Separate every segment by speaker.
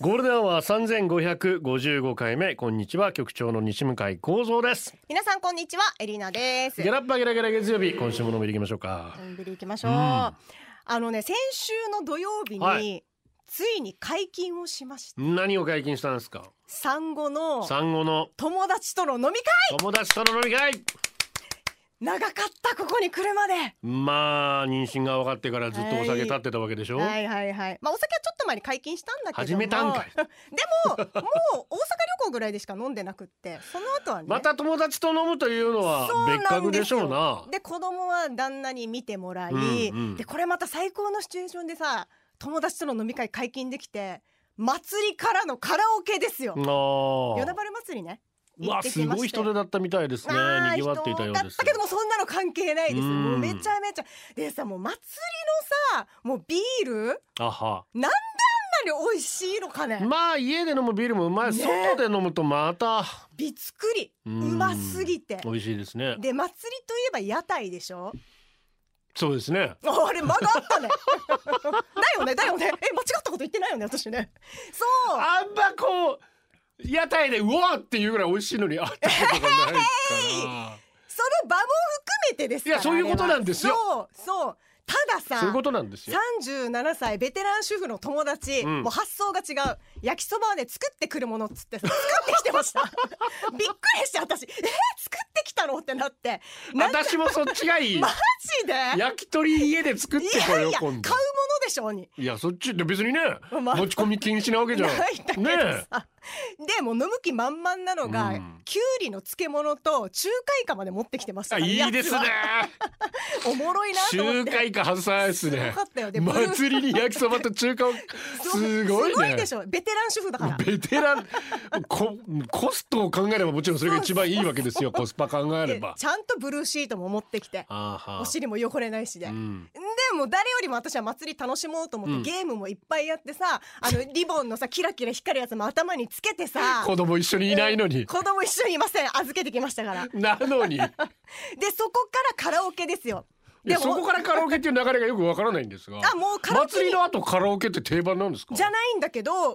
Speaker 1: ゴールデンは三千五百五十五回目。こんにちは、局長の西向井光三です。
Speaker 2: 皆さんこんにちはエリナです
Speaker 1: ギャラッパギャラギャラ月曜日、今週ものびりいきましょうか。
Speaker 2: のんびり行きましょう、
Speaker 1: うん
Speaker 2: あのね先週の土曜日に、
Speaker 1: はい
Speaker 2: ついに解禁をしました
Speaker 1: 何を解禁したんですか。
Speaker 2: 産後の
Speaker 1: 産後の
Speaker 2: 友達との飲み会
Speaker 1: 友達との飲み会。
Speaker 2: 長かったここに来るまで
Speaker 1: まあ、妊娠が分かってからずっとお酒立ってたわけでしょ。
Speaker 2: はいはいはいまあお酒はちょっと前に解禁したんだけども
Speaker 1: 始めたんかい
Speaker 2: でももう大阪旅行ぐらいでしか飲んでなくってその後はね
Speaker 1: また友達と飲むというのは
Speaker 2: そうなんで
Speaker 1: 別
Speaker 2: すよ
Speaker 1: 格でしょうな。
Speaker 2: で子供は旦那に見てもらい、
Speaker 1: うんうん
Speaker 2: でこれまた最高のシチュエーションでさ友達との飲み会解禁できて祭りからのカラオケですよ。
Speaker 1: あ
Speaker 2: ヨダ
Speaker 1: あ。
Speaker 2: バル祭りね。
Speaker 1: うわ、
Speaker 2: 行って
Speaker 1: す
Speaker 2: きまして
Speaker 1: ごい人手だったみたいですね。
Speaker 2: あー
Speaker 1: 賑わっていたよう
Speaker 2: 人
Speaker 1: で
Speaker 2: 多
Speaker 1: す
Speaker 2: かった。けどもそんなの関係ないです。
Speaker 1: うん
Speaker 2: もうめちゃめちゃでさもう祭りのさもうビールか
Speaker 1: あは。
Speaker 2: なり美味しいのかね。
Speaker 1: まあ、家で飲むビールもうまい。
Speaker 2: ね
Speaker 1: 外で飲むとまた。
Speaker 2: びつくりう
Speaker 1: うん
Speaker 2: ますぎて。
Speaker 1: 美味しいですね。
Speaker 2: で祭りといえば屋台でしょ。
Speaker 1: そうですね。
Speaker 2: ああれ間があったね。 だよねだよね。え間違ったこと言ってないよね私ね。そう。
Speaker 1: あんまこう屋台でうわーっていうぐらい美味しいのに あったことがないか
Speaker 2: その場も含めてですから
Speaker 1: いやそういうことなんですよ
Speaker 2: あれはそうそうただ
Speaker 1: ら。
Speaker 2: さ
Speaker 1: そういうことなんですよ。
Speaker 2: 37歳ベテラン主婦の友達、
Speaker 1: うん
Speaker 2: もう発想が違う焼きそばはね作ってくるものっつって作ってきてましたびっくりして私えー、作ってきたのってなってなん
Speaker 1: 私もそっちがいい
Speaker 2: マ。ジでいや
Speaker 1: 焼き鳥家で作ってこよ
Speaker 2: いや買うも
Speaker 1: 今
Speaker 2: の
Speaker 1: 度。
Speaker 2: でしょうに
Speaker 1: いやそっちで別にね
Speaker 2: まあ
Speaker 1: 持ち込み禁止なわけじゃん。
Speaker 2: ないんだけど
Speaker 1: ねえ。
Speaker 2: さ、でもう飲む気満々なのが、
Speaker 1: うん
Speaker 2: きゅうりの漬物と中華イカまで持ってきてました
Speaker 1: あ
Speaker 2: から
Speaker 1: いいですね
Speaker 2: や。つはおもろいなと思
Speaker 1: 中
Speaker 2: って
Speaker 1: 華以下外さないです
Speaker 2: す
Speaker 1: ね
Speaker 2: ごかったよ。でブルー
Speaker 1: 祭りに焼きそばと中華を
Speaker 2: そう
Speaker 1: すごい
Speaker 2: すごい
Speaker 1: ね
Speaker 2: で。しょベテラン主婦だから
Speaker 1: ベテランこコストを考えればもちろんそれが一番いいわけですよコスパ考えれ
Speaker 2: で
Speaker 1: ば。
Speaker 2: ちゃんとブルーシートも持ってきて
Speaker 1: あーはー
Speaker 2: お尻も汚れないしで、
Speaker 1: うん
Speaker 2: でもう誰よりも私は祭り楽しもうと思って、
Speaker 1: うん
Speaker 2: ゲームもいっぱいやってさ あのリボンのさキラキラ光るやつも頭につけてさ
Speaker 1: 子供一緒にいないのに。
Speaker 2: 子供一緒にいません預けてきました からで
Speaker 1: なのに。い
Speaker 2: そこからカラオケですよで
Speaker 1: や
Speaker 2: も
Speaker 1: そこからカラオケっていう流れがよくわからないんですが。
Speaker 2: あもうカラオケ
Speaker 1: 祭
Speaker 2: に
Speaker 1: りの後カラオケって定番なんですか。
Speaker 2: じゃないんだけども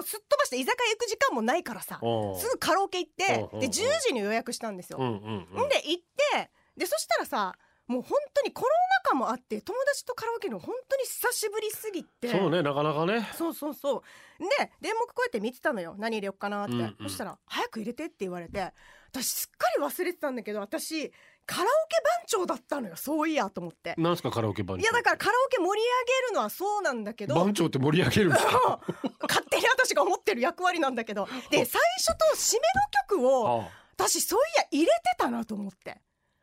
Speaker 2: うすっ飛ばして居酒屋行く時間もないからさ
Speaker 1: おう
Speaker 2: すぐカラオケ行って
Speaker 1: おうおうおう
Speaker 2: で10時に予約したんですよ
Speaker 1: うんうんうん
Speaker 2: んで行ってでそしたらさもう本当にコロナ禍もあって友達とカラオケの本当に久しぶりすぎて
Speaker 1: そうねなかなかね。
Speaker 2: そうそうそうで電目こうやって見てたのよ何入れよっかなって、
Speaker 1: うんうん
Speaker 2: そしたら「早く入れて」って言われて私すっかり忘れてたんだけど私カラオケ番長だったのよそういやと思って
Speaker 1: なんですかカラオケ番長。
Speaker 2: いやだからカラオケ盛り上げるのはそうなんだけど
Speaker 1: 番長って盛り上げるんです か。
Speaker 2: そう 勝手に私が思ってる役割なんだけどで最初と締めの曲を
Speaker 1: ああ
Speaker 2: 私そういや入れてたなと思って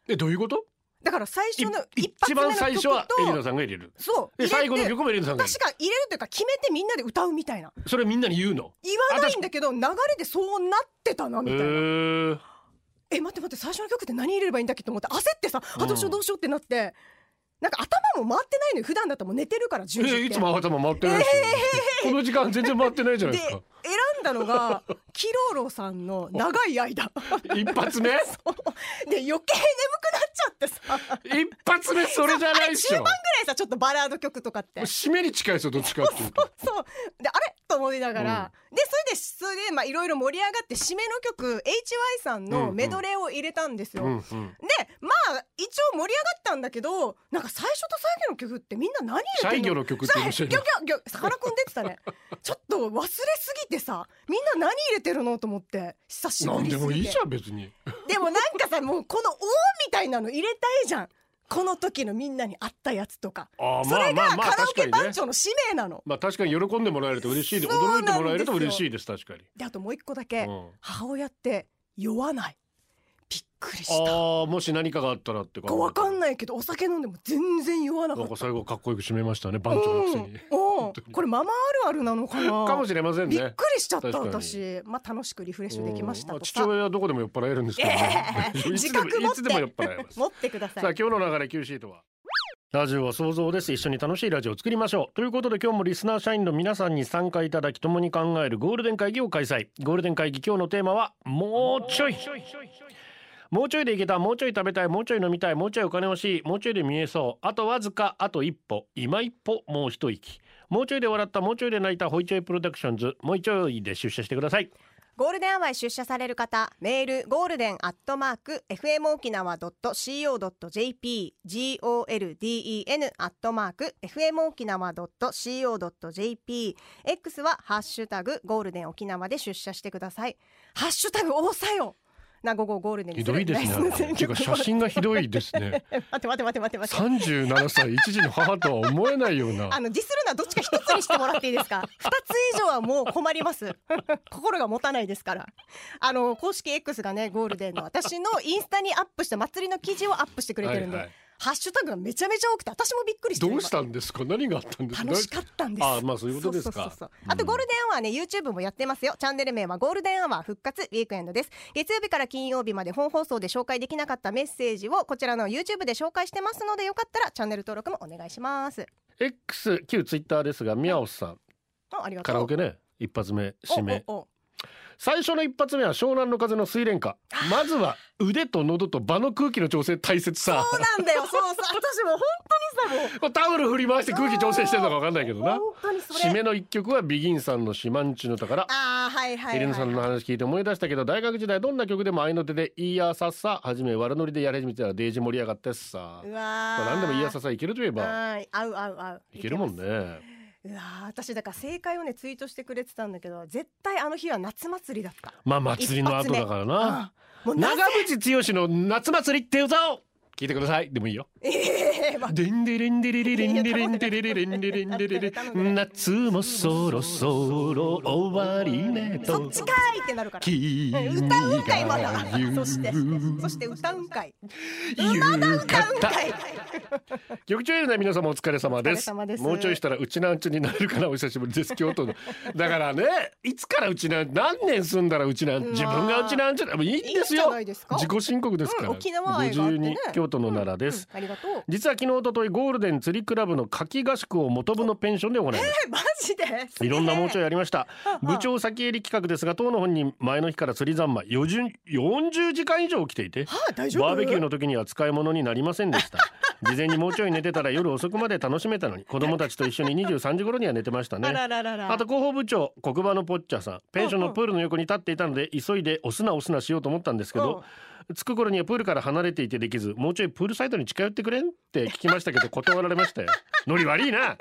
Speaker 1: えどういうこと？
Speaker 2: だから最初の
Speaker 1: い
Speaker 2: 一発
Speaker 1: 一
Speaker 2: 目の
Speaker 1: 番
Speaker 2: 曲と
Speaker 1: 最初はエリナさんが入れる。
Speaker 2: そう
Speaker 1: で
Speaker 2: 入れて
Speaker 1: 最後の曲もエリナさんが入
Speaker 2: 私
Speaker 1: れ
Speaker 2: が入れるというか決めてみんなで歌うみたいな
Speaker 1: る。それみんなに言うの。
Speaker 2: 言わないんだけど流れでそうなってたな
Speaker 1: へ
Speaker 2: みたいな、
Speaker 1: ー
Speaker 2: え待って待って最初の曲って何入れればいいんだっけと思って焦ってさ、
Speaker 1: う
Speaker 2: あ
Speaker 1: ん
Speaker 2: どうしようどうしようってなってなんか頭も回ってないのよ普段だったらもう寝てるから10時
Speaker 1: え
Speaker 2: って、
Speaker 1: いつも頭回ってないですよ。この時間全然回ってないじゃない
Speaker 2: で
Speaker 1: です
Speaker 2: 選
Speaker 1: か。
Speaker 2: んだのがキロロさ んの「長い 間」
Speaker 1: 一発目。
Speaker 2: で余計眠くなっちゃってさ
Speaker 1: 一発目それじゃないっし
Speaker 2: 中盤
Speaker 1: ょ
Speaker 2: ぐ。らいさちょっとバラード曲とかって
Speaker 1: 締めに近いですよどっちかっていうと。
Speaker 2: そうであれと思いながら、でそれでそれでまあいろいろ盛り上がって締めの曲 HY さん
Speaker 1: うんう
Speaker 2: の
Speaker 1: ん
Speaker 2: メドレーを入れたんですよ。
Speaker 1: うんうん。
Speaker 2: でまあ一応盛り上がったんだけどなんか最初と最後の曲ってみんな何入れ
Speaker 1: 最
Speaker 2: てん
Speaker 1: 後
Speaker 2: の
Speaker 1: の曲って言いましたよね
Speaker 2: さあギョギョギョさかなクン出てたねちょっと忘れすぎてさみんな何入れてるのと思って久し
Speaker 1: な
Speaker 2: ぶ
Speaker 1: ん
Speaker 2: り
Speaker 1: ですもい
Speaker 2: ぎ
Speaker 1: い
Speaker 2: て
Speaker 1: じゃん別に。
Speaker 2: でもなんかさもうこの「お」みたいなの入れたいじゃんこの時のみんなにあったやつとか
Speaker 1: あー
Speaker 2: それがカラオケ番
Speaker 1: ね。
Speaker 2: 長の使命なの。
Speaker 1: まあ確かに喜んでもらえると嬉しいで
Speaker 2: そうな
Speaker 1: 驚いて
Speaker 2: んですよ
Speaker 1: もらえると嬉しいです確かに。
Speaker 2: であともう一個だけ
Speaker 1: うん
Speaker 2: 母親って酔わないびっくりした
Speaker 1: ああもし何かがあったらって
Speaker 2: かわかん
Speaker 1: い
Speaker 2: ないけどお酒飲んでも全然酔わなか
Speaker 1: なん
Speaker 2: った
Speaker 1: か最後かっこよく締めましたね番長のくせに、
Speaker 2: うん、うん
Speaker 1: 本当に
Speaker 2: これママあるあるなのかな
Speaker 1: かもしれません
Speaker 2: びっ
Speaker 1: ね
Speaker 2: くりしちゃった
Speaker 1: 確かに
Speaker 2: 私まあ楽しくリフレッシュできました
Speaker 1: うんあ
Speaker 2: と
Speaker 1: 父
Speaker 2: さ、
Speaker 1: 親はどこでも酔っ払えるんですけど、ね
Speaker 2: ええ
Speaker 1: いつでも
Speaker 2: 自覚持って
Speaker 1: いつでも酔っ払えます
Speaker 2: 持ってください
Speaker 1: さあ今日の流れ Q シートはラジオは想像です一緒に楽しいラジオを作りましょうということで今日もリスナー社員の皆さんに参加いただき共に考えるゴールデン会議を開催ゴールデン会議今日のテーマはもうちょいもうちょいでいけたもうちょい食べたいもうちょい飲みたいもうちょいお金欲しいもうちょいで見えそうあとわずかあと一歩今一歩もう一息もうちょいで笑ったもうちょいで泣いたホイチョイプロダクションズもうちょいで出社してください
Speaker 2: ゴールデンアワーへ出社される方、メール、ゴールデンアットマーク、fmokinawa.co.jp、golden アットマーク、fmokinawa.co.jp、X は、ハッシュタグ、ゴールデン沖縄で出社してください。ハッシュタグ、大さよな午後ゴールデンに
Speaker 1: ひどいですね
Speaker 2: ナイス
Speaker 1: あ
Speaker 2: の
Speaker 1: れ
Speaker 2: 選
Speaker 1: ていう
Speaker 2: 曲
Speaker 1: か写真がひどいですね
Speaker 2: 待って待って待って待って待って。
Speaker 1: 37歳一児の母とは思えないような
Speaker 2: あの、ディスるのはどっちか一つにしてもらっていい ですか二つ以上はもう困ります。 心が持たないですから。あの、公式 X がね、ゴールデンの私のインスタにアップした祭りの記事をアップしてくれてるんで、
Speaker 1: はいはい
Speaker 2: ハッシュタグがめちゃめちゃ多くて、私もびっくりして
Speaker 1: どうした
Speaker 2: 今
Speaker 1: んですか何があったんですか
Speaker 2: 楽しかったんです。
Speaker 1: あまあそういうことですか
Speaker 2: そうそうそうそうあとゴールデンアワーね、YouTube もやってますよ。チャンネル名はゴールデンアワー復活ウィークエンドです。月曜日から金曜日まで本放送で紹介できなかったメッセージをこちらの YouTube で紹介してますので、よかったらチャンネル登録もお願いします。
Speaker 1: X 旧ツイッターですが宮尾さん
Speaker 2: あありがと
Speaker 1: カ
Speaker 2: う。
Speaker 1: ラオケね一発目
Speaker 2: お
Speaker 1: 指名
Speaker 2: おお
Speaker 1: 最初の一発目は湘南の風の水蓮花まずは腕と喉と場の空気の調整大切さ
Speaker 2: そうなんだよ、そうそう、私もう本当にさ、もう。
Speaker 1: これタオル振り回して空気調整してるのか分かんないけどな
Speaker 2: 本当にそれ。
Speaker 1: 締めの一曲はビギンさんの「島んちの宝」
Speaker 2: ああ、はいはい、はい。
Speaker 1: エレナさんの話聞いて思い出したけど大学時代どんな曲でも合いの手で「いいやさっさ」はじめ悪ノリでやり始めたらデージ盛り上がってっさ
Speaker 2: うわー、
Speaker 1: まあ、何でも「いいやさっさ」いけるといえば
Speaker 2: はい、合う合う合う。
Speaker 1: いけるもん
Speaker 2: い
Speaker 1: ね
Speaker 2: けます。うわー、私だから正解をね、ツイートしてくれてたんだけど、絶対あの日は夏祭りだった。
Speaker 1: まあ祭りの後だからな
Speaker 2: もうな
Speaker 1: 長
Speaker 2: ぜ。
Speaker 1: 渕剛の夏祭りって歌を聞いてくださいでもいいよ
Speaker 2: ええわ
Speaker 1: でんでれんでれれれんでれんでれれれんでれんでれれ夏もそろそろ終わりね
Speaker 2: そ
Speaker 1: と
Speaker 2: っちかいってなるから。
Speaker 1: 君が
Speaker 2: うん歌うんかい、まだ。
Speaker 1: 言う
Speaker 2: そして、そして歌うんかい。
Speaker 1: 夕
Speaker 2: 歌うん
Speaker 1: 方
Speaker 2: かい。
Speaker 1: 局長エレナ皆様お疲れ様です
Speaker 2: お疲れ様です
Speaker 1: もうちょいしたらうちなんちゅになるかなお久しぶりです京都の だからねいつからうちなん何年住んだらうちなん
Speaker 2: うわ
Speaker 1: 自分がうちなんちゅもういいんです
Speaker 2: いいんじゃ
Speaker 1: よ
Speaker 2: ないですか
Speaker 1: 自己申告ですから、
Speaker 2: うん沖縄愛があってね
Speaker 1: 52京都の奈良です、
Speaker 2: うんありがとう。
Speaker 1: 実は昨日おとといゴールデン釣りクラブの夏季合宿を元部のペンションで行いました
Speaker 2: えマジで。
Speaker 1: いろんなもうちょい
Speaker 2: い。
Speaker 1: やりました
Speaker 2: うんうん
Speaker 1: 部長先入り企画ですが当の本人前の日から釣り三昧40 40時間以上起きていて
Speaker 2: あ、大丈夫。
Speaker 1: バーベキューの時には使い物になりませんでした事前にもうちょい寝てたら夜遅くまで楽しめたのに 子供たちと一緒に23時頃には寝てました
Speaker 2: あ
Speaker 1: ね
Speaker 2: らららら。
Speaker 1: あと広報部長黒板のポッチャさんペンションのプールの横に立っていたので急いで押すな押すなしようと思ったんですけど着く頃にはプールから離れていてできずもうちょいプールサイドに近寄ってくれんって聞きました けど断られましたよノリ悪いな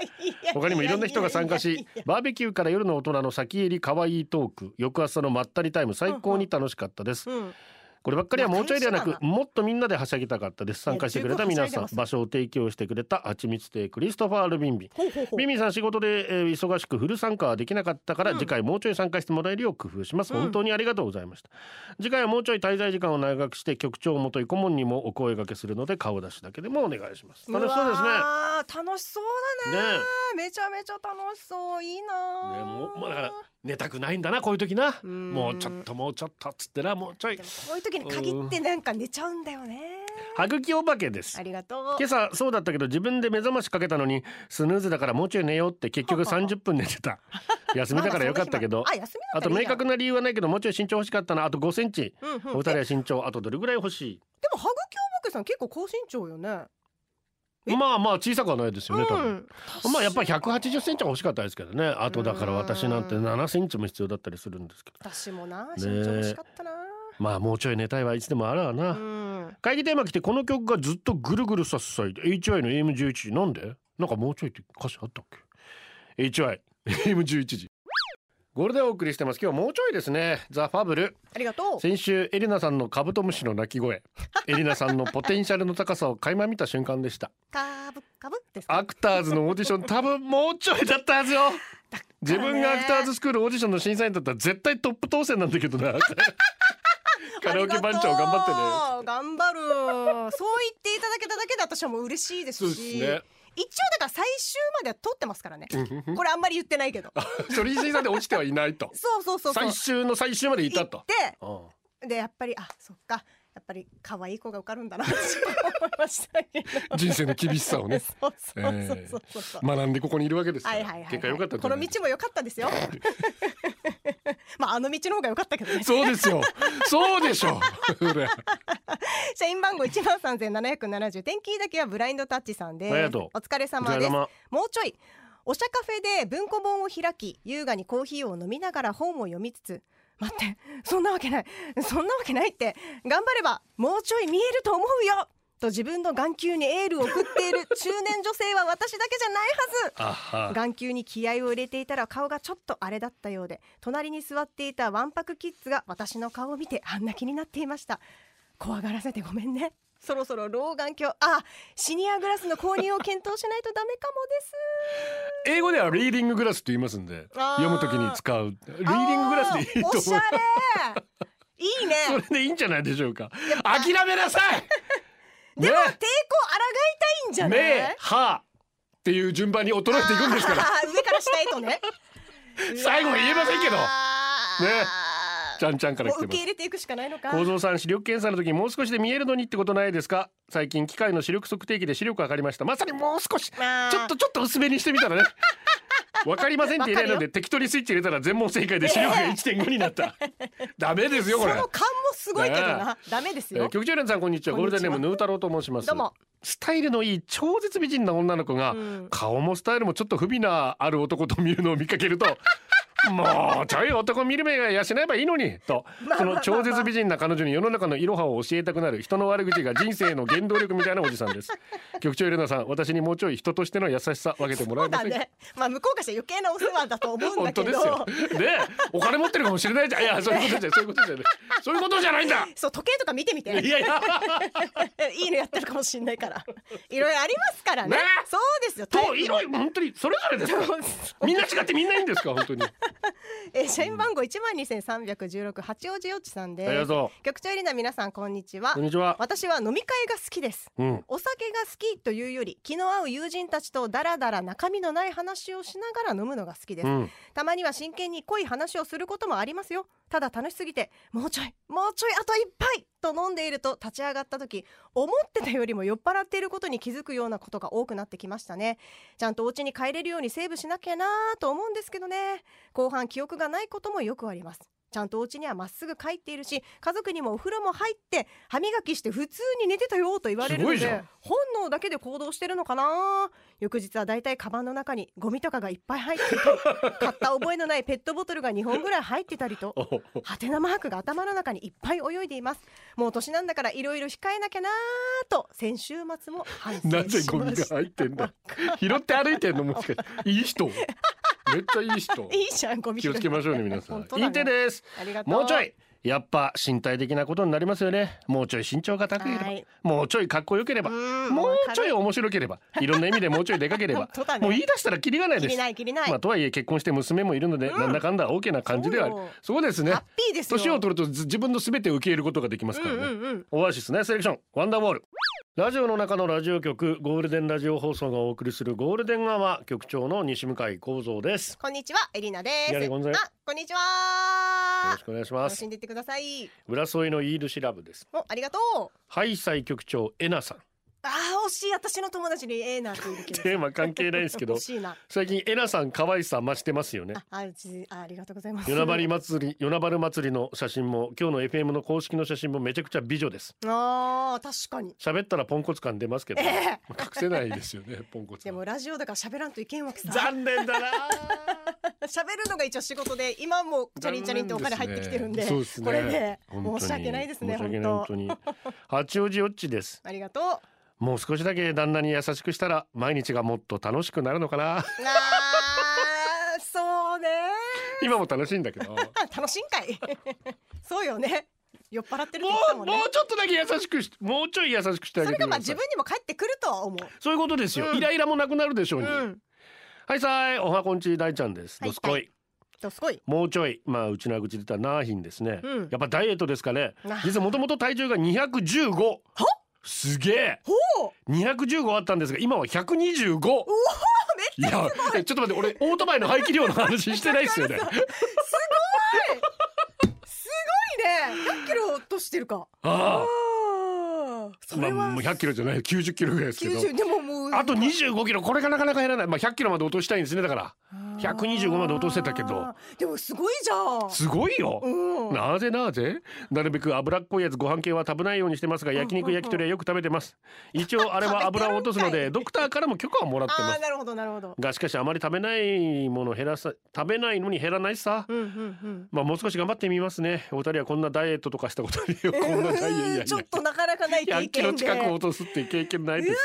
Speaker 1: 他にもいろんな人が参加しバーベキューから夜の大人の先入り可愛いトーク翌朝のまったりタイム最高に楽しかったです
Speaker 2: うん、
Speaker 1: こればっかりはもうちょいではな
Speaker 2: ま
Speaker 1: く
Speaker 2: あ大事
Speaker 1: もっとみんなではしゃぎたかったです参加してくれた皆
Speaker 2: いや十
Speaker 1: さん
Speaker 2: 分はしゃいでます
Speaker 1: 場所を提供してくれたはちみつ亭クリストファールビンビン
Speaker 2: ほうほうほう
Speaker 1: ビミさん仕事で、えー忙しくフル参加はできなかったから、
Speaker 2: うん
Speaker 1: 次回もうちょい参加してもらえるよう工夫します
Speaker 2: うん
Speaker 1: 本当にありがとうございました、次回はもうちょい滞在時間を長くして局長元井顧問にもお声掛けするので顔出しだけでもお願いします楽しそうですね
Speaker 2: わー楽しそうだね
Speaker 1: ね
Speaker 2: めちゃめちゃ楽しそういいな
Speaker 1: え
Speaker 2: ー
Speaker 1: ねえもうもうだから寝たくないんだなこういう時な
Speaker 2: うん
Speaker 1: もうちょっともうちょっとっつってなもうちょい
Speaker 2: でもこういう時に限ってなんか寝ちゃうんだよね
Speaker 1: 歯茎お化けです
Speaker 2: ありがとう
Speaker 1: 今朝そうだったけど自分で目覚ましかけたのにスヌーズだからもうちょい寝ようって結局30分寝て た休みだからよかったけど、
Speaker 2: まだそんな日もあ
Speaker 1: あと
Speaker 2: 休み
Speaker 1: 明
Speaker 2: だったらいい
Speaker 1: 確な理由はないけどもうちょい身長欲しかったなあと5センチ、
Speaker 2: じゃんうんうん
Speaker 1: お二
Speaker 2: え
Speaker 1: 人は身長あとどれぐらい欲し
Speaker 2: でもハグキョウボケさん結構高身長よねえ
Speaker 1: いまあまあ小さくはないですよね多分、
Speaker 2: うん
Speaker 1: まあやっぱり180センチは欲しかったですけどねあとだから私なんて7センチも必要だったりするんですけど
Speaker 2: 私もな
Speaker 1: え
Speaker 2: 身長欲しかったな、
Speaker 1: まあもうちょい寝たいはいつでもあらあな、
Speaker 2: うん
Speaker 1: 会議テーマ来てこの曲がずっとぐるぐるさっさいで HY の AM11 時なんでなんかもうちょいって歌詞あったっけ HY AM11 時ゴールデンお送りしてます今日はもうちょいですねザ・ファブル
Speaker 2: ありがとう
Speaker 1: 先週エリナさんのカブトムシの鳴き 声エリナさんのポテンシャルの高さを垣間見た瞬間でした
Speaker 2: かぶかぶって
Speaker 1: アクターズのオーディション多分もうちょいだったはずよ 自分がアクターズスクールオーディションの審査員だったら絶対トップ当選なんだけどなこカラオケ番長頑 張
Speaker 2: ってね頑張るそう言っていただけただけで私はもう嬉しいで
Speaker 1: そう
Speaker 2: す
Speaker 1: で
Speaker 2: し
Speaker 1: すね
Speaker 2: 一応だから最終までは撮ってますからね
Speaker 1: うんうん
Speaker 2: これあんまり言ってないけど
Speaker 1: 処理水さんで落ちてはいないと
Speaker 2: そうそうそうそう
Speaker 1: 最終の最終までいたと
Speaker 2: 行っ
Speaker 1: う
Speaker 2: て
Speaker 1: ん
Speaker 2: でやっぱりあそっかやっぱり可愛い子が受かるん だなって思いましたけど
Speaker 1: 人生の厳しさをね
Speaker 2: そうそうそうそうそうそう、
Speaker 1: 学んでここにいるわけですから
Speaker 2: はいはいはい、はい、
Speaker 1: 結果良かったんじ
Speaker 2: こ
Speaker 1: ゃな
Speaker 2: の
Speaker 1: いです
Speaker 2: 道
Speaker 1: か
Speaker 2: も良かったですよ まああの道の方が良かったけどね
Speaker 1: そうですよそうで しょうそれ
Speaker 2: 社員番号一万三千七百七十天気だけはブラインドタッチさんで
Speaker 1: ありがとう
Speaker 2: お疲れ
Speaker 1: お疲
Speaker 2: 様
Speaker 1: れ
Speaker 2: です
Speaker 1: 様
Speaker 2: もうちょいお茶カフェで文庫本を開き優雅にコーヒーを飲みながら本を読みつつ待ってそんなわけないそんなわけないって頑張ればもうちょい見えると思うよと自分の眼球にエールを送っている中年女性は私だけじゃないはず
Speaker 1: あは
Speaker 2: 眼球に気合を入れていたら顔がちょっとあれだったようで隣に座っていたわんぱくキッズが私の顔を見てあんな気になっていました怖がらせてごめんねそろそろ老眼鏡あシニアグラスの購入を検討しないとダメかもです
Speaker 1: 英語ではリーディンググラスと言いますんで
Speaker 2: あー
Speaker 1: 読むときに使 うリーディンググラスでいいと
Speaker 2: あーおし
Speaker 1: 思
Speaker 2: ゃ
Speaker 1: う
Speaker 2: れいいね
Speaker 1: それでいいんじゃないでしょうか諦めなさい
Speaker 2: でも抵抗
Speaker 1: ね
Speaker 2: 抗いたいんじゃない、
Speaker 1: 目歯っていう順番に衰えていくんですから
Speaker 2: あー上から下へとね
Speaker 1: 最後 は言えませんけど
Speaker 2: ね
Speaker 1: ねちゃんちゃんから
Speaker 2: も
Speaker 1: 来
Speaker 2: う
Speaker 1: て
Speaker 2: 受
Speaker 1: ま
Speaker 2: け
Speaker 1: す
Speaker 2: 入れていくしかないのか
Speaker 1: 構造さん視力検査の時もう少しで見えるのにってことないですか最近機械の視力測定器で視力測りましたまさにもう少し
Speaker 2: まあ
Speaker 1: ちょっとちょっと薄めにしてみた らね。わかりませんって言えないので適当にスイッチ入れたら全問正解で視力が1.5になった。ダメですよこ
Speaker 2: そ
Speaker 1: れ。
Speaker 2: の感もすごいけどなダメです
Speaker 1: えー
Speaker 2: よ、
Speaker 1: 局長連さんこんにちは
Speaker 2: こ
Speaker 1: ゴー
Speaker 2: んに
Speaker 1: ル
Speaker 2: ち
Speaker 1: デ
Speaker 2: は
Speaker 1: ンネームヌー太郎と申します。
Speaker 2: どうも
Speaker 1: スタイルのいい超絶美人な女の子が、
Speaker 2: うん
Speaker 1: 顔もスタイルもちょっと不備なある男と見るのを見かけると。 もうちょい男見る目が養えばいいのにと
Speaker 2: まあ
Speaker 1: その超絶美人な彼女に世の中のいろはを教えたくなる人の悪口が人生の原動力みたいなおじさん です局長エレナさん私にもうちょい人としての優しさ分けてもら
Speaker 2: そ
Speaker 1: え
Speaker 2: う
Speaker 1: ま
Speaker 2: だ
Speaker 1: せんか
Speaker 2: ねまあ向こうからしたら余計なお世話だと思うんだ
Speaker 1: 本
Speaker 2: け
Speaker 1: 当
Speaker 2: ど
Speaker 1: ですよ。ね、お金持ってるかもしれないじゃん。いや、そういうことじゃない、そういうことじゃない、そういうことじゃないんだ。
Speaker 2: そう時計とか見てみて
Speaker 1: いやいや、
Speaker 2: いいのやってるかもしれないからいろいろありますからね
Speaker 1: ね
Speaker 2: そうですよ
Speaker 1: と、いろいろ、本当に、それぞれです から。みんな違って、みんないいんですか、本当に。あ
Speaker 2: えー、社員番号一万二千三百十六八王子よっちさんです。
Speaker 1: りがと
Speaker 2: 局長エリナ皆さんこんにちは
Speaker 1: う。こん。にちは。
Speaker 2: 私は飲み会が好きです。
Speaker 1: うん。
Speaker 2: お酒が好きというより気の合う友人たちとダラダラ中身のない話をしながら飲むのが好きです、
Speaker 1: うん。
Speaker 2: たまには真剣に濃い話をすることもありますよただ楽しすぎてもうちょいもうちょいあと一杯と飲んでいると立ち上がった時思ってたよりも酔っ払っていることに気づくようなことが多くなってきましたねちゃんとお家に帰れるようにセーブしなきゃなぁと思うんですけどね後半記憶がないこともよくありますちゃんとお家にはまっすぐ帰っているし家族にもお風呂も入って歯磨きして普通に寝てたよと言われるの
Speaker 1: すごいじゃ
Speaker 2: で
Speaker 1: ん
Speaker 2: 本能だけで行動してるのかなぁ翌日はだいたいカバンの中にゴミとかがいっぱい入っていたり買った覚えのないペットボトルが2本ぐらい入ってたりと
Speaker 1: おほほ
Speaker 2: ハテナマークが頭の中にいっぱい泳いでいますもう年なんだからいろいろ控えなきゃなぁと先週末も反省しました
Speaker 1: なぜゴミが入ってんだ。拾って歩いてんの、もしかして。いい人。めっちゃいい人。
Speaker 2: いいじゃんゴミ
Speaker 1: 気
Speaker 2: 拾い
Speaker 1: をつけましょうね、皆さん
Speaker 2: 本。当だね
Speaker 1: インテです。
Speaker 2: ありがとう
Speaker 1: もうちょい。やっぱ身体的なことになりますよね。もうちょい身長が高ければ、
Speaker 2: はい
Speaker 1: もうちょいかっこよければ、
Speaker 2: うん
Speaker 1: もうちょい
Speaker 2: わ
Speaker 1: 面白ければ、いろんな意味でもうちょい出かければ
Speaker 2: 本当だ、ね
Speaker 1: もう言い出したらキリがない
Speaker 2: か
Speaker 1: で
Speaker 2: る切り
Speaker 1: す。
Speaker 2: ない切りない、
Speaker 1: まあとはいえ結婚して娘もいるので、なんだかんだ大きな感じではある
Speaker 2: そうよ。
Speaker 1: そうですね
Speaker 2: ハッ。ピーですよ
Speaker 1: 年を取るとず自分のすべてを受け入れることができますからね。
Speaker 2: うんうんうん
Speaker 1: オアシスねセレクションワンダーボールラジオの中のラジオ局ゴールデンラジオ放送がお送りするゴールデンアワー局長の西向井光三です。
Speaker 2: こんにちはエリナです
Speaker 1: やれごんざい
Speaker 2: あこんにち
Speaker 1: よろ
Speaker 2: は
Speaker 1: しくお願いしま
Speaker 2: 楽
Speaker 1: す
Speaker 2: し。んでいってください
Speaker 1: 浦添のイールシラブです。
Speaker 2: おありがとう
Speaker 1: ハイサイ局長エナさん。
Speaker 2: あー惜しい私の友達にエーナーっているけど
Speaker 1: テーマ関係ないですけど
Speaker 2: 惜、しいな
Speaker 1: 最近エナさん可愛さ増してますよね。
Speaker 2: ああうちあありがとうございます
Speaker 1: 夜なばり祭り、夜なばる祭りの写真も、今日の FM の公式の写真もめちゃくちゃ美女です。
Speaker 2: あー確かに
Speaker 1: 喋ったらポンコツ感出ますけど、
Speaker 2: え
Speaker 1: まあ隠せないですよね、ポンコツ
Speaker 2: で
Speaker 1: は。
Speaker 2: もラジオだから喋らんといけんわけさ
Speaker 1: 残念だな。
Speaker 2: 喋るのが一応仕事で今もチャリンチャリンとお金入ってきてるんで
Speaker 1: そうすね
Speaker 2: これね
Speaker 1: 本当に
Speaker 2: 申し訳ないですね
Speaker 1: 申し訳ない
Speaker 2: 本
Speaker 1: 本当
Speaker 2: 当
Speaker 1: に。八王子よっちです。
Speaker 2: ありがとう
Speaker 1: もう少しだけ旦那に優しくしたら、毎日がもっと楽しくなるのか な。
Speaker 2: あーそうね
Speaker 1: 今も楽しいんだけど。もう、
Speaker 2: あ楽しいんかい そうよね酔っ払ってるって言ってたもんね
Speaker 1: もうちょっとだけ優しくし、もうちょい優しくしてあ
Speaker 2: そ
Speaker 1: げ
Speaker 2: れ
Speaker 1: て
Speaker 2: が
Speaker 1: く
Speaker 2: ま
Speaker 1: だ
Speaker 2: あ
Speaker 1: さ
Speaker 2: 自
Speaker 1: い
Speaker 2: 分。にも返ってくるとは思う
Speaker 1: そういうことですよ。
Speaker 2: うん
Speaker 1: イライラもなくなるでしょう
Speaker 2: う
Speaker 1: に。
Speaker 2: ん
Speaker 1: はいさい、おはこんち大ちゃんです。
Speaker 2: はい
Speaker 1: どすこい。
Speaker 2: とすごい。
Speaker 1: もうちょいまあうちの口出たナーヒンですね、
Speaker 2: うん
Speaker 1: やっぱダイエットですかね
Speaker 2: な
Speaker 1: 実はもともと体重が215すげえ
Speaker 2: ほう。
Speaker 1: 215あったんですが今は125いやえちょっと待って俺オートバイの排気量の話してないです よね
Speaker 2: いいね。100キロ落としてるか。
Speaker 1: あ
Speaker 2: ああ。
Speaker 1: あ
Speaker 2: そ
Speaker 1: ま
Speaker 2: れ
Speaker 1: あ
Speaker 2: は
Speaker 1: もう100キロじゃない90キロぐらいですけど
Speaker 2: 90でももう
Speaker 1: あと25キロこれがなかなか減らないまあ100キロまで落としたいんですねだから125まで落とせたけど
Speaker 2: あーでもすごいじゃん
Speaker 1: すごいよ
Speaker 2: うん
Speaker 1: なぜなぜなるべく脂っこいやつご飯系は食べないようにしてますが焼
Speaker 2: う
Speaker 1: 肉
Speaker 2: ん
Speaker 1: 焼き鳥はよく食べてます一 応あれは油を落とすのでドクターからも許可をもらって
Speaker 2: あ
Speaker 1: ま
Speaker 2: あ
Speaker 1: す
Speaker 2: なるほどなるほど
Speaker 1: がしかしあまり食べないものを減らさ食べないのに減らないさ
Speaker 2: うんうんうん
Speaker 1: まあもう少し頑張ってみますねお二人はこんなダイエットとかしたことあるよこんなダイエットいやいや
Speaker 2: うんちょっとなかなかない経
Speaker 1: 100キロ
Speaker 2: 験で
Speaker 1: 近く落とすっていう経験ないですよ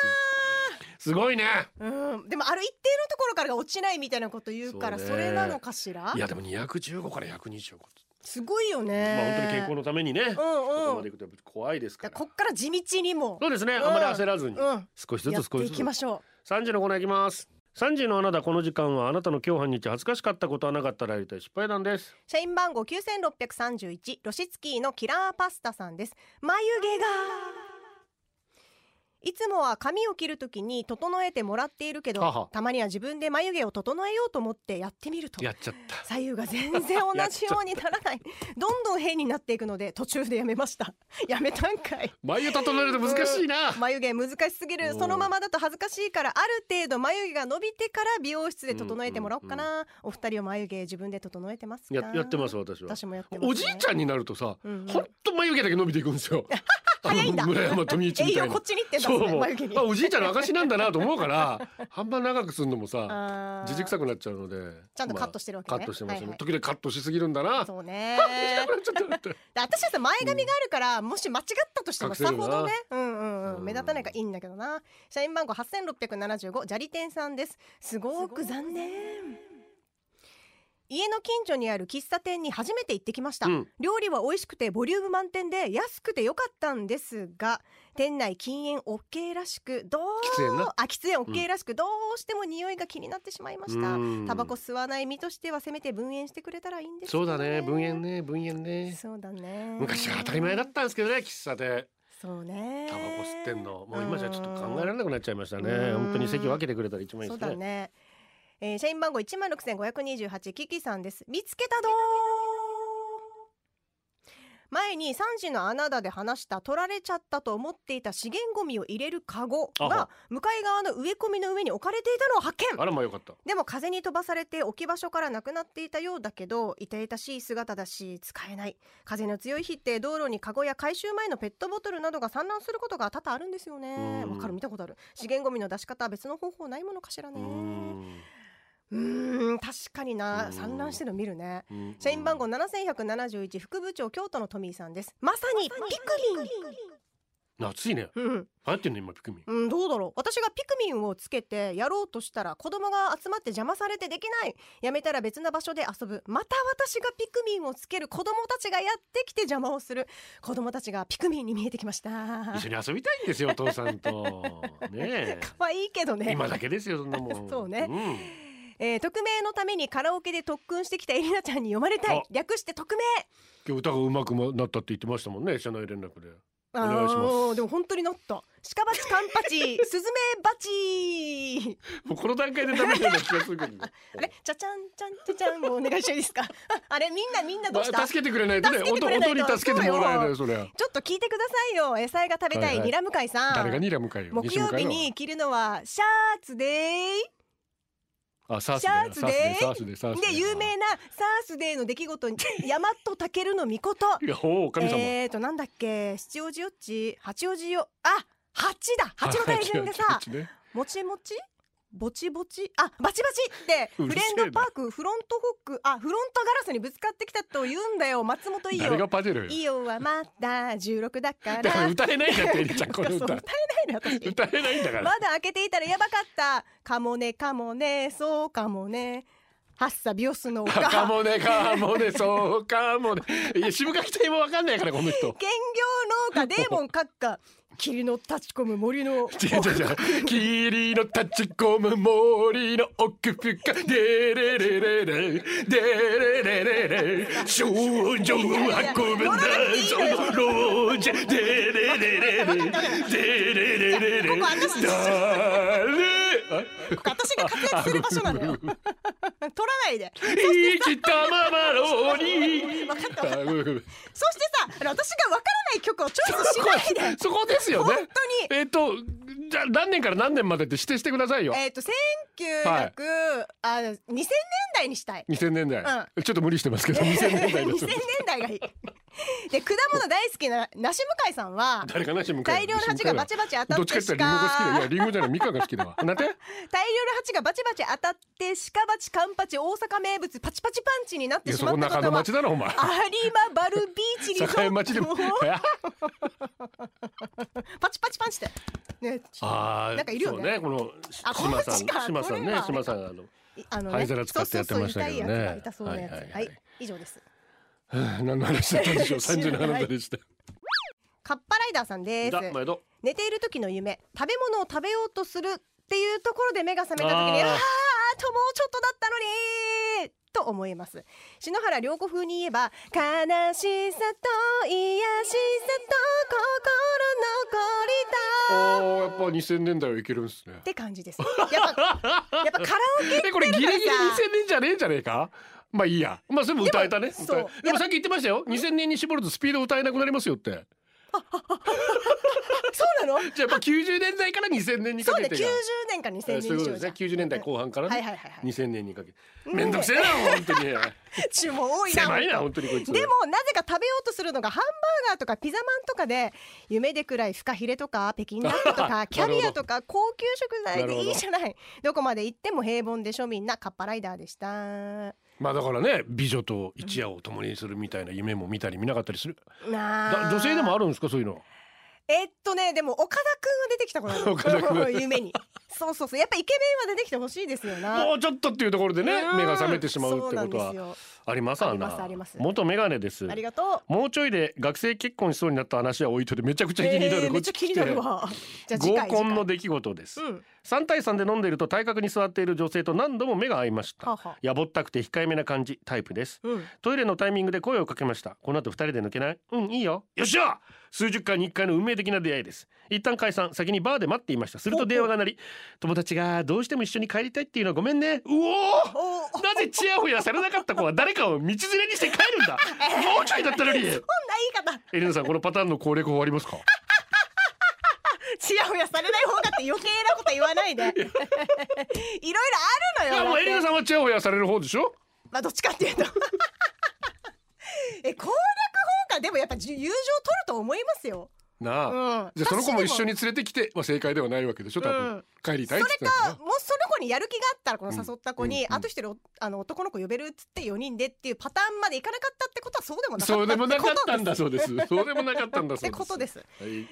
Speaker 1: すごいね
Speaker 2: うんでもある一定のところからが落ちないみたいなこと言うから
Speaker 1: そう
Speaker 2: そ
Speaker 1: ね
Speaker 2: れなのかしら
Speaker 1: いやでも215から125
Speaker 2: すごいよ
Speaker 1: ま
Speaker 2: ね
Speaker 1: あ本当に健康のためにねここ
Speaker 2: うんう
Speaker 1: ま
Speaker 2: ん
Speaker 1: でいくとやっぱ怖いですか
Speaker 2: だから
Speaker 1: ら
Speaker 2: こっから地道にも
Speaker 1: そうですね
Speaker 2: うん
Speaker 1: あまり焦らず
Speaker 2: う
Speaker 1: に
Speaker 2: ん
Speaker 1: 少しず
Speaker 2: や
Speaker 1: つ
Speaker 2: っ
Speaker 1: 少
Speaker 2: て
Speaker 1: し
Speaker 2: い
Speaker 1: ず
Speaker 2: き
Speaker 1: つ
Speaker 2: ましょ
Speaker 1: 3時のコーナーいきます3時のあなたこの時間はあなたの今日半日恥ずかしかったことはなかったらやりたい失敗談です
Speaker 2: う社員番号9631ロシツキーのキラーパスタさんです眉毛がいつもは髪を切るときに整えてもらっているけど
Speaker 1: はは
Speaker 2: たまには自分で眉毛を整えようと思ってやってみると
Speaker 1: やっちゃった
Speaker 2: 左右が全然同じようにならないどんどん変になっていくので途中でやめました やめたんかい
Speaker 1: 眉毛整えると難しいな
Speaker 2: 眉毛難しすぎ
Speaker 1: う
Speaker 2: る
Speaker 1: ん
Speaker 2: そのままだと恥ずかしいからある程度眉毛が伸びてから美容室で整えてもらおうかな、お二人は眉毛自分で整えてますか
Speaker 1: ややってます私は
Speaker 2: 私もやってます、ね、
Speaker 1: おじいちゃんになるとさ
Speaker 2: うんうん
Speaker 1: ほんと眉毛だけ伸びていくんですよ
Speaker 2: 早いんだ
Speaker 1: あの村山富一
Speaker 2: 栄
Speaker 1: みた
Speaker 2: 養
Speaker 1: い
Speaker 2: こ
Speaker 1: な
Speaker 2: っちに行ってんだ
Speaker 1: そう
Speaker 2: ね眉毛に
Speaker 1: あおじいちゃんの証なんだなと思う からあんま長くするのもさ
Speaker 2: あー
Speaker 1: じじくさくなっちゃうので
Speaker 2: ちゃんとカットしてるわけね
Speaker 1: まあカットしてますね、
Speaker 2: はいはい
Speaker 1: 時々カットしすぎるんだな
Speaker 2: そ うね
Speaker 1: なっちゃったな って
Speaker 2: で私はさ前髪があるから、もし間違ったとしても
Speaker 1: 隠せる
Speaker 2: さ
Speaker 1: な
Speaker 2: ほどね、うんうん
Speaker 1: う
Speaker 2: うんん、目立たないからいいんだけどな社員番号8675砂利店さんですすごく残念家の近所にある喫茶店に初めて行ってきました、
Speaker 1: うん
Speaker 2: 料理は美味しくてボリューム満点で安くて良かったんですが店内禁煙 OK らしくどう
Speaker 1: 喫煙な
Speaker 2: あ喫煙 OK らしく、どうしても匂いが気になってしまいました
Speaker 1: うん
Speaker 2: タバコ吸わない身としてはせめて分煙してくれたらいいんですけ
Speaker 1: そ
Speaker 2: ど
Speaker 1: うだね分煙ね分煙ね
Speaker 2: そうだね
Speaker 1: 昔は当たり前だったんですけどね喫茶で
Speaker 2: そうね
Speaker 1: タバコ吸ってんのもう今じゃちょっと考えられなくなっちゃいましたね
Speaker 2: うん
Speaker 1: 本当に席分けてくれたら一番いい
Speaker 2: そう
Speaker 1: です
Speaker 2: だ
Speaker 1: ね
Speaker 2: ね、えー、社員番号一万六千五百二十八キキさんです見つけたどー前に3時の穴だで話した取られちゃったと思っていた資源ゴミを入れるカゴ
Speaker 1: あは
Speaker 2: が向かい側の植え込みの上に置かれていたのを発見
Speaker 1: あらまあよかった
Speaker 2: でも風に飛ばされて置き場所からなくなっていたようだけど痛々しい姿だし使えない風の強い日って道路にカゴや回収前のペットボトルなどが散乱することが多々あるんですよね
Speaker 1: うん
Speaker 2: わかる見たことある資源ゴミの出し方は別の方法ないものかしら
Speaker 1: う
Speaker 2: ね
Speaker 1: ん
Speaker 2: うーん確かに
Speaker 1: う
Speaker 2: なん散乱してるの見るね
Speaker 1: うん
Speaker 2: 社員番号7171副部長京都のトミーさんですまさにピク
Speaker 1: 夏いね
Speaker 2: ミンうん
Speaker 1: 流行ってんの今ピクミン
Speaker 2: うん、どうだろう私がピクミンをつけてやろうとしたら子供が集まって邪魔されてできないやめたら別な場所で遊ぶまた私がピクミンをつける子供たちがやってきて邪魔をする子供たちがピクミンに見えてきました
Speaker 1: 一緒に遊びたいんですよお父さんとね
Speaker 2: 可愛いけど
Speaker 1: え
Speaker 2: ね
Speaker 1: 今だけですよそんなもん
Speaker 2: そうね
Speaker 1: ん
Speaker 2: えー匿名のためにカラオケで特訓してきたエリナちゃんに読まれたい
Speaker 1: あ
Speaker 2: 略して匿名
Speaker 1: 今日歌が上手くなったって言ってましたもんね社内連絡でお願いします
Speaker 2: あーでも本当になった鹿バチカンパチスズメバチ
Speaker 1: もうこの段階でダメなような気がするけど ね
Speaker 2: あれちゃちゃんちゃんちゃちゃんもうお願いしていいですかあ あれみんなみんなどうした、
Speaker 1: まあ助けてくれないとね
Speaker 2: 助けて
Speaker 1: 音
Speaker 2: くれない
Speaker 1: 音
Speaker 2: と
Speaker 1: に助けてもらえない
Speaker 2: そう
Speaker 1: よそりゃ
Speaker 2: ちょっと聞いてくださいよ野菜が食べた
Speaker 1: はい
Speaker 2: い
Speaker 1: はい
Speaker 2: ニラムカイさん、
Speaker 1: 誰がニラ向かいよ
Speaker 2: 木曜日に着るのはシャツデ
Speaker 1: あサース
Speaker 2: シャツで
Speaker 1: サースでサース
Speaker 2: ーで有名なサースデーの出来事に 大和武尊の御事
Speaker 1: いやおお神様、
Speaker 2: えーとなんだっけ七王子よっち八王子よあ八だ八の大変でさ
Speaker 1: 気持ちね
Speaker 2: もちもちぼちぼちあバチバチって
Speaker 1: う
Speaker 2: フ
Speaker 1: るせえ
Speaker 2: レ
Speaker 1: な
Speaker 2: ンドパークフロントホックあフロントガラスにぶつかってきたと言うんだよ松本伊
Speaker 1: 誰が
Speaker 2: 代
Speaker 1: パデルよ
Speaker 2: 伊代はまだ16だから
Speaker 1: だから 歌えないんだってエリちゃんこの
Speaker 2: そう歌
Speaker 1: 歌
Speaker 2: えないの私
Speaker 1: 歌えないんだから、
Speaker 2: まだ開けていたらやばかった。かもね、かもね、そうかもね。ハッサビオスの丘。
Speaker 1: かもねかもねそうかもねいや渋垣隊もわかんないからこの人
Speaker 2: 兼業農家デーモン閣下霧の立ち込む森の奥
Speaker 1: 違う違う違う霧の立ち込む森の奥深デレレレレデレレレレ少女を運ぶんだそのロージェデレレレレデレレレレ
Speaker 2: ここ私
Speaker 1: 誰
Speaker 2: ここ私が活躍する場所なのよ取らないで
Speaker 1: 生きたままろう に
Speaker 2: 分かった分かったそしてさあの私がわからない曲をチョイスしないで
Speaker 1: そこですよね
Speaker 2: 本当
Speaker 1: えっとじゃあ何年から何年までって指定してくださいよ
Speaker 2: えっと1900、
Speaker 1: はい
Speaker 2: あの2000年代にしたい
Speaker 1: 2000年代、
Speaker 2: う
Speaker 1: ちょっと無理してます けど2000年代です
Speaker 2: 2000年代がいいで果物大好きな梨向井さんは
Speaker 1: 誰かなし向かい
Speaker 2: 大量の蜂がバチバチ当た
Speaker 1: どっ
Speaker 2: っ
Speaker 1: ちかっ
Speaker 2: て
Speaker 1: て言っ
Speaker 2: し
Speaker 1: たらリンゴが好きだいやリ
Speaker 2: か
Speaker 1: ンゴじゃないみかんが好きだわなんて
Speaker 2: 大量の蜂がバチバチ当たって鹿バチカンパチ大阪名物パチパチパンチになっ
Speaker 1: い
Speaker 2: て
Speaker 1: や
Speaker 2: し
Speaker 1: そ
Speaker 2: ま
Speaker 1: こ
Speaker 2: った
Speaker 1: 中
Speaker 2: こ
Speaker 1: 野
Speaker 2: とは
Speaker 1: 町だろお前
Speaker 2: 有馬バルビーチリ ゾ
Speaker 1: 栄町で
Speaker 2: ー
Speaker 1: も
Speaker 2: トパチパチパンチってね
Speaker 1: あー
Speaker 2: なんかいるよね
Speaker 1: そうねこの
Speaker 2: あこ
Speaker 1: 島
Speaker 2: っ
Speaker 1: さん
Speaker 2: ちか
Speaker 1: 島さん
Speaker 2: これ
Speaker 1: ね
Speaker 2: は
Speaker 1: 島さんあの
Speaker 2: あのね
Speaker 1: 灰皿使ってやってましたけどね
Speaker 2: そうそうそう痛いやつがいたそうなやつ
Speaker 1: は
Speaker 2: はいい、
Speaker 1: はいはい
Speaker 2: 以上です
Speaker 1: 何の 話だったんでしょ う三十の話でした
Speaker 2: カッパライダーさんです
Speaker 1: だ前ど
Speaker 2: 寝ている時の夢食べ物を食べようとするっていうところで目が覚めた時に
Speaker 1: あー
Speaker 2: ああともうちょっとだったのにと思います篠原涼子風に言えば悲しさと癒やしさと
Speaker 1: あ
Speaker 2: 心残り
Speaker 1: ー
Speaker 2: だ
Speaker 1: やっぱ二千年代はいけるんですね
Speaker 2: って感じですやっぱやっぱカラオケ
Speaker 1: えこれギリギリ二
Speaker 2: だからさ
Speaker 1: 千年じゃねえんじゃねえかまあいいやまあそれも歌えたね
Speaker 2: でも
Speaker 1: 歌え
Speaker 2: そう
Speaker 1: でもさっき言ってましたよ二千年に絞るとスピード歌えなくなりますよって
Speaker 2: そうなの
Speaker 1: じゃあやっぱ九十年代から二千年にか
Speaker 2: そう
Speaker 1: け
Speaker 2: ね
Speaker 1: て
Speaker 2: 90
Speaker 1: が
Speaker 2: 年から2000
Speaker 1: えー
Speaker 2: 年
Speaker 1: そういう
Speaker 2: 以
Speaker 1: ことで
Speaker 2: 上
Speaker 1: す
Speaker 2: じゃ
Speaker 1: ね
Speaker 2: ん
Speaker 1: 90年代後半から
Speaker 2: はい
Speaker 1: ね
Speaker 2: はいはいはい
Speaker 1: 2000年にかけて
Speaker 2: うん
Speaker 1: めんどくせえな本 当に
Speaker 2: 注文多いな
Speaker 1: 狭いな
Speaker 2: ほん
Speaker 1: 本
Speaker 2: と
Speaker 1: 当にこいつ
Speaker 2: でもなぜか食べようとするのがハンバーガーとかピザマンとかで夢でくらいフカヒレとか北京ダックと
Speaker 1: な
Speaker 2: か
Speaker 1: るほど
Speaker 2: キャビアとか高級食材でいいじゃないどこまで行っても平凡で庶民なカッパライダーでした
Speaker 1: まあだからね美女と一夜を共にするみたいな夢も見たり見なかったりする
Speaker 2: な
Speaker 1: だ
Speaker 2: あ
Speaker 1: 女性でもあるんですかそういうの
Speaker 2: えっとねでも岡田くんが出てきたこ
Speaker 1: 岡田
Speaker 2: の
Speaker 1: 君
Speaker 2: 間夢にそうそうそうやっぱイケメンは出てきてほしいですよな
Speaker 1: もうちょっとっていうところでね
Speaker 2: うん
Speaker 1: 目が覚めてしまうってこと
Speaker 2: そうなんです
Speaker 1: は
Speaker 2: よ
Speaker 1: ありますわな
Speaker 2: ありますあります
Speaker 1: 元メガネです
Speaker 2: ありがとう
Speaker 1: もうちょいで学生結婚しそうになった話は置いといてめちゃくちゃ気になる、
Speaker 2: えー
Speaker 1: こ
Speaker 2: め
Speaker 1: っ
Speaker 2: っ
Speaker 1: ち
Speaker 2: ちゃ気
Speaker 1: 来
Speaker 2: に
Speaker 1: て
Speaker 2: なるわじゃあ次
Speaker 1: 合
Speaker 2: 回
Speaker 1: コンの出来事です、
Speaker 2: 次回うん
Speaker 1: 3対3で飲んでいると体格に座っている女性と何度も目が合いました
Speaker 2: はあはあ
Speaker 1: やぼったくて控えめな感じタイプです
Speaker 2: うん
Speaker 1: トイレのタイミングで声をかけましたこの後2人で抜けないうんいいよよっしゃ数十回に1回の運命的な出会いです一旦解散先にバーで待っていましたすると電話が鳴り友達がどうしても一緒に帰りたいっていうのはごめんねうお
Speaker 2: おー
Speaker 1: おなぜチヤホヤされなかった子は誰かを道連れにして帰るん だもうちょいだったのにエ
Speaker 2: そんな言い方
Speaker 1: レナさんこのパターンの攻略法ありますか
Speaker 2: ちやほやされない方がって余計なこと言わないで いろいろある
Speaker 1: い
Speaker 2: の
Speaker 1: や
Speaker 2: よ
Speaker 1: もうエリナ
Speaker 2: だって
Speaker 1: さんはチヤホヤされる方でしょ
Speaker 2: まあどっちかっていうと え攻略法かでもやっぱじ友情取ると思いますよ
Speaker 1: なあ、
Speaker 2: うん
Speaker 1: じゃあその子も一緒
Speaker 2: に
Speaker 1: に連れてきて、まあ、正解ではないわけでしょ多分、
Speaker 2: うん
Speaker 1: 帰り
Speaker 2: そ
Speaker 1: たい
Speaker 2: れ
Speaker 1: って言ってた
Speaker 2: か
Speaker 1: のか
Speaker 2: もうその子にやる気があったらこの誘った子に、
Speaker 1: うんうん
Speaker 2: あと一人おあの男の子呼べるっつって4人でっていうパターンまでいかなかったってことはそうでも
Speaker 1: な
Speaker 2: な
Speaker 1: そうでもなか
Speaker 2: か
Speaker 1: っ
Speaker 2: ったた
Speaker 1: ん
Speaker 2: っ
Speaker 1: だそう ですそうでもなかったんだそうです
Speaker 2: てことです
Speaker 1: はい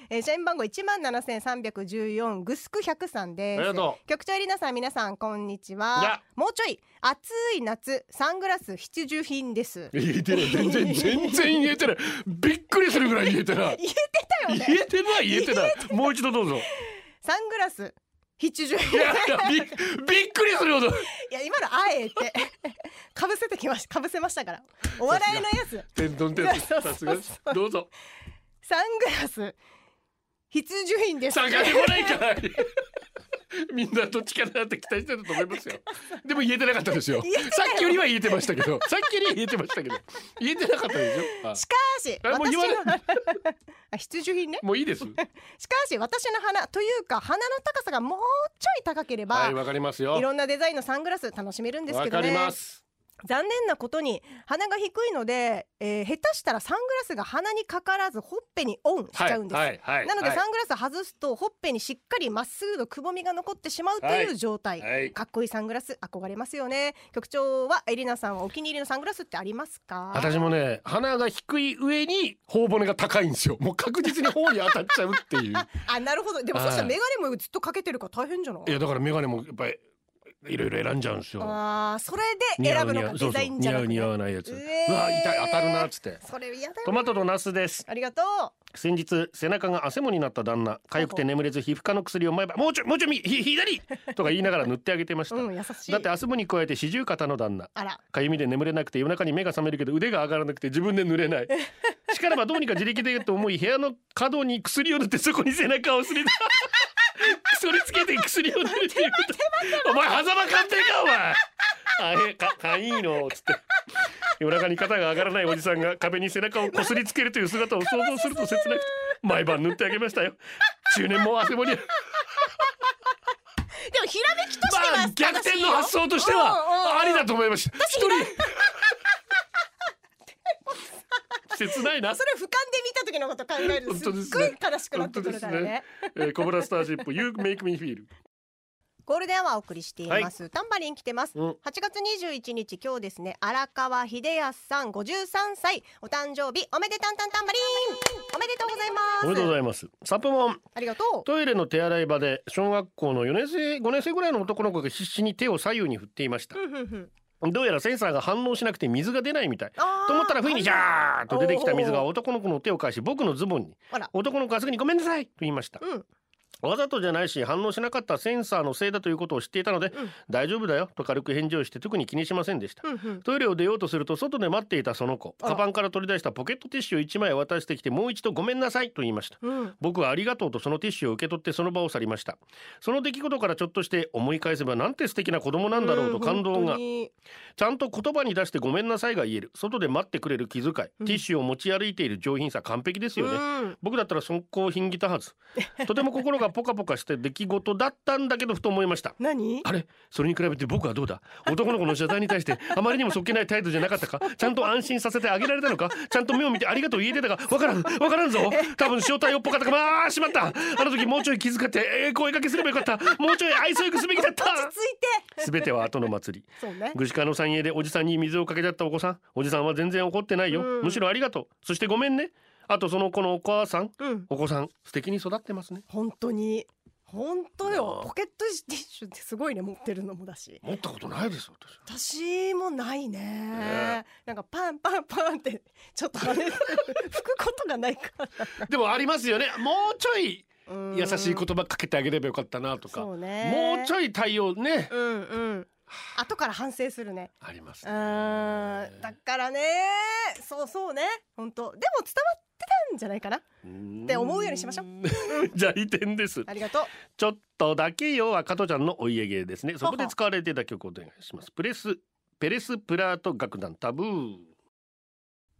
Speaker 2: えー、社員番号一万七千三百十四グスク百さんです。
Speaker 1: ありがと
Speaker 2: 局長エリナさん皆さんこんにち
Speaker 1: い
Speaker 2: は
Speaker 1: や。
Speaker 2: もうちょい暑い夏サングラス必需品です。
Speaker 1: 言えてない全然全然言えてないびっくりするぐらい言えてない
Speaker 2: 言えてたよ
Speaker 1: 言
Speaker 2: ね。
Speaker 1: えてない言えてないもう一度どうぞ
Speaker 2: サングラス必需
Speaker 1: い
Speaker 2: 品。い
Speaker 1: やいやびびっくりするほど
Speaker 2: や今のあえてかぶせてきましたかぶせましたから。お笑いのやつ。
Speaker 1: 天丼天丼さすがですどうぞ
Speaker 2: サングラス必需品です。
Speaker 1: 参加してこない からみんなどっちかなって期待してたと思い ますよでも言えてなかったですよさっきよりは言えてましたけどさっきよりは言えてましたけど言えてなかったですよあ
Speaker 2: しかし
Speaker 1: あもう
Speaker 2: 私
Speaker 1: 言
Speaker 2: の
Speaker 1: わない
Speaker 2: あ必需品ね。
Speaker 1: もういいです
Speaker 2: しかし私の鼻というか鼻の高さがもうちょい高ければ。
Speaker 1: はいわかりますよ
Speaker 2: いろんなデザインのサングラス楽しめるんです
Speaker 1: わ
Speaker 2: け
Speaker 1: かり
Speaker 2: どね
Speaker 1: ます
Speaker 2: 残念なことに鼻が低いので、えー下手したらサングラスが鼻にかからずほっぺにオンしちゃうんです、
Speaker 1: はいはいはい
Speaker 2: なので
Speaker 1: はい
Speaker 2: サングラス外すとほっぺにしっかりまっすぐのくぼみが残ってしまうという状態、
Speaker 1: はい
Speaker 2: かっこいいサングラス憧れますよね局長はエリナさんはお気に入りのサングラスってありますか
Speaker 1: 私もね鼻が低い上に頬骨が高いんですよもう確実に頬に当たっちゃう っていう
Speaker 2: あなるほどでも
Speaker 1: は
Speaker 2: そ
Speaker 1: い
Speaker 2: したらメガネもずっとかけてるから大変じゃない
Speaker 1: いやだから眼鏡もやっぱりいろいろ選んじゃうんですよ
Speaker 2: ああそれで
Speaker 1: 似合
Speaker 2: 選
Speaker 1: う
Speaker 2: ぶの
Speaker 1: 似合
Speaker 2: か
Speaker 1: うそ
Speaker 2: デ
Speaker 1: う
Speaker 2: ザ
Speaker 1: そう
Speaker 2: インじ
Speaker 1: 似
Speaker 2: ゃ
Speaker 1: 合
Speaker 2: なく
Speaker 1: う
Speaker 2: て
Speaker 1: 似合わないやつ、
Speaker 2: えー
Speaker 1: うわ痛い当たるなっつって
Speaker 2: それ嫌だ
Speaker 1: ト
Speaker 2: よ
Speaker 1: マトとナスです
Speaker 2: ありがと
Speaker 1: 先日背中が汗もになった旦那痒くて眠れず皮膚科の薬を毎晩もうちょいもうちょい右ひ左とか言いながら塗ってあげてました、
Speaker 2: ううん優しい
Speaker 1: だって汗もに加えて四十肩の旦那
Speaker 2: あら
Speaker 1: かゆみで眠れなくて夜中に目が覚めるけど腕が上がらなくて自分で塗れないしからばどうにか自力でと思い部屋の角に薬を塗ってそこに背中をすりそれつけて薬を塗るっていうことお前狭間鑑定かお前あえかかいいのつって夜中に肩が上がらないおじさんが壁に背中をこすりつけるという姿を想像すると切なくて毎晩塗ってあげましたよ中年も汗もに
Speaker 2: でもひらめきとして
Speaker 1: まあ
Speaker 2: は
Speaker 1: 逆転の発想として
Speaker 2: うんうんうん
Speaker 1: はありだと思いました一人 切ないな
Speaker 2: それを俯瞰で見た時のこと考えるとすっごい悲しくなってくるからね
Speaker 1: 本当ですねえーコブラスターシップ You make me feel
Speaker 2: ゴールデンはお送りしています、タンバリン来てます、
Speaker 1: うん
Speaker 2: 8月21日今日ですね荒川秀康さん53歳お誕生日おめでたんたんタンバリンおめでとうございます
Speaker 1: おめでとうございますサプモン
Speaker 2: ありがとう
Speaker 1: トイレの手洗い場で小学校の4年生5年生ぐらいの男の子が必死に手を左右に振っていました
Speaker 2: ふんふんふん
Speaker 1: どうやらセンサーが反応しなくて水が出ないみたい
Speaker 2: あー
Speaker 1: と思ったら不意にジャーッと出てきた水が
Speaker 2: おー
Speaker 1: 男の子の手を返し僕のズボンに
Speaker 2: あら
Speaker 1: 男の子はすぐにごめんなさいと言いました
Speaker 2: うん
Speaker 1: わざとじゃないし反応しなかったセンサーのせいだということを知っていたので、
Speaker 2: ん
Speaker 1: 大丈夫だよと軽く返事をして特に気にしませんでした、
Speaker 2: ふんふん
Speaker 1: トイレを出ようとすると外で待っていたその子
Speaker 2: あら
Speaker 1: カバンから取り出したポケットティッシュを1枚渡してきてもう一度ごめんなさいと言いました
Speaker 2: うん
Speaker 1: 僕はありがとうとそのティッシュを受け取ってその場を去りましたその出来事からちょっとして思い返せばなんて素敵な子供なんだろうと感動
Speaker 2: うん本
Speaker 1: が
Speaker 2: 当に
Speaker 1: ちゃんと言葉に出してごめんなさいが言える外で待ってくれる気遣い、ティッシュを持ち歩いている上品さ完璧ですよね、
Speaker 2: うん
Speaker 1: 僕だったら速攻品ぎたはずとても心がポカポカして出来事だったんだけどふと思いました
Speaker 2: 何
Speaker 1: あれそれに比べて僕はどう だ男の子の謝罪に対してあまりにもそっけない態度じゃなかったかちゃんと安心させてあげられたのかちゃんと目を見てありがとう言えてたかわからんわからんぞ多分塩対応っぽかったかまあしまったあの時もうちょい気遣って、えー声かけすればよかったもうちょい愛想よくすべきだった
Speaker 2: 落ち着いて
Speaker 1: 全ては後の祭り
Speaker 2: そうね
Speaker 1: 具志堅の三栄でおじさんに水をかけちゃったお子さんおじさんは全然怒ってないよ、
Speaker 2: うん
Speaker 1: むしろありがとうそしてごめんねあとその子のお母さん
Speaker 2: うん
Speaker 1: お子さん素敵に育ってますね
Speaker 2: 本当に本当よ
Speaker 1: あー
Speaker 2: ポケットティッシュってすごいね持ってるのもだし
Speaker 1: 持ったことないです私
Speaker 2: 私もないね、
Speaker 1: ね
Speaker 2: なんかパンパンパンってちょっとあれ 拭くことがないから
Speaker 1: でもありますよねもうちょいう
Speaker 2: ーん
Speaker 1: 優しい言葉かけてあげればよかったなとか
Speaker 2: そ
Speaker 1: も
Speaker 2: う
Speaker 1: う
Speaker 2: ね
Speaker 1: ちょい対応ね
Speaker 2: うんうん後から反省するね
Speaker 1: あります
Speaker 2: う
Speaker 1: ね
Speaker 2: ーんだからねそうそうね本当でも伝わってたんじゃないかなて思うようにしましょう
Speaker 1: うん じゃあ移転です
Speaker 2: ありがとう
Speaker 1: ちょっとだけよは加トちゃんのお家芸ですねそこで使われていた曲をお願いしますプレスペレスプラート楽団タブー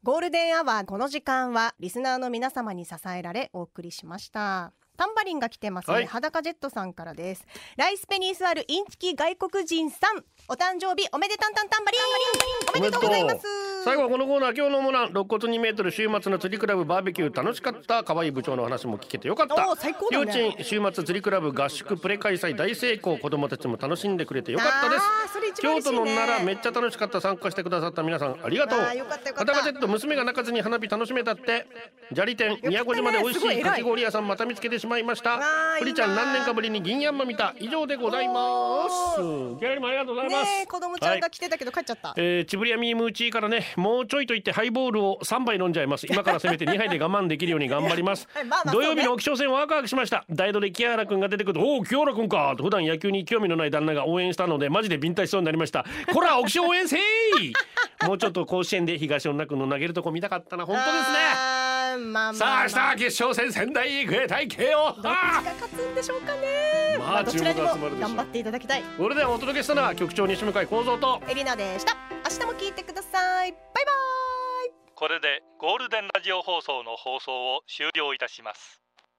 Speaker 2: ゴールデンアワーこの時間はリスナーの皆様に支えられお送りしましたタンバリンが来てますね、
Speaker 1: はい
Speaker 2: 裸ジェットさんからですライスペに座るインチキ外国人さんお誕生日おめでたんたんタンバリンおめでとうございます
Speaker 1: 最後はこのコーナー今日のモナン肋骨2メートル週末の釣りクラブバーベキュー楽しかった可愛い部長の話も聞けてよかった
Speaker 2: おー最高だ
Speaker 1: ゆ
Speaker 2: ね
Speaker 1: うちん週末釣りクラブ合宿プレ開催大成功子供たちも楽しんでくれてよかったです
Speaker 2: あーそれ一番
Speaker 1: 京
Speaker 2: 嬉しい
Speaker 1: 都
Speaker 2: ね
Speaker 1: の奈良めっちゃ楽しかった参加してくださった皆さんありがとう
Speaker 2: わあよかったよかった
Speaker 1: ガジェット娘が泣かずに花火楽しめたって砂利店宮古島で美味し
Speaker 2: すごい
Speaker 1: い
Speaker 2: 偉い
Speaker 1: かき氷屋さんまた見つけてしまいました
Speaker 2: わあいいな
Speaker 1: プリちゃん何年かぶりに銀山見た以上でございますギャラリーもありがとうござい
Speaker 2: ね
Speaker 1: ます、
Speaker 2: え子供ちゃん
Speaker 1: はい
Speaker 2: が来てたけど帰っちゃった、
Speaker 1: えー、チブリアミームーチーからねもうちょいと言ってハイボールを3杯飲んじゃいます今からせめて2杯で我慢できるように頑張ります
Speaker 2: はいまあまあ
Speaker 1: 土曜日
Speaker 2: そう
Speaker 1: の
Speaker 2: ね
Speaker 1: 沖縄戦ワクワクしました大道で木原君が出てくると「おお清原君か」と普段野球に興味のない旦那が応援したのでマジでビンタしそうになりましたこら沖縄応 援せいもうちょっと甲子園で東女君の投げるとこ見たかったな本当ですね
Speaker 2: あーまあまあ、まあ、
Speaker 1: さあ明日決勝戦仙台育英対慶応
Speaker 2: どっちが勝つんでしょうかね
Speaker 1: まあ
Speaker 2: どちらにも
Speaker 1: 注目が集まるでしょう
Speaker 2: 頑張っていただきたい
Speaker 1: それではお届けしたのは局長西向井光三と
Speaker 2: エリナでした明日も聞いてくださいバイバイ
Speaker 3: これでゴールデンラジオ放送の放送を終了いたします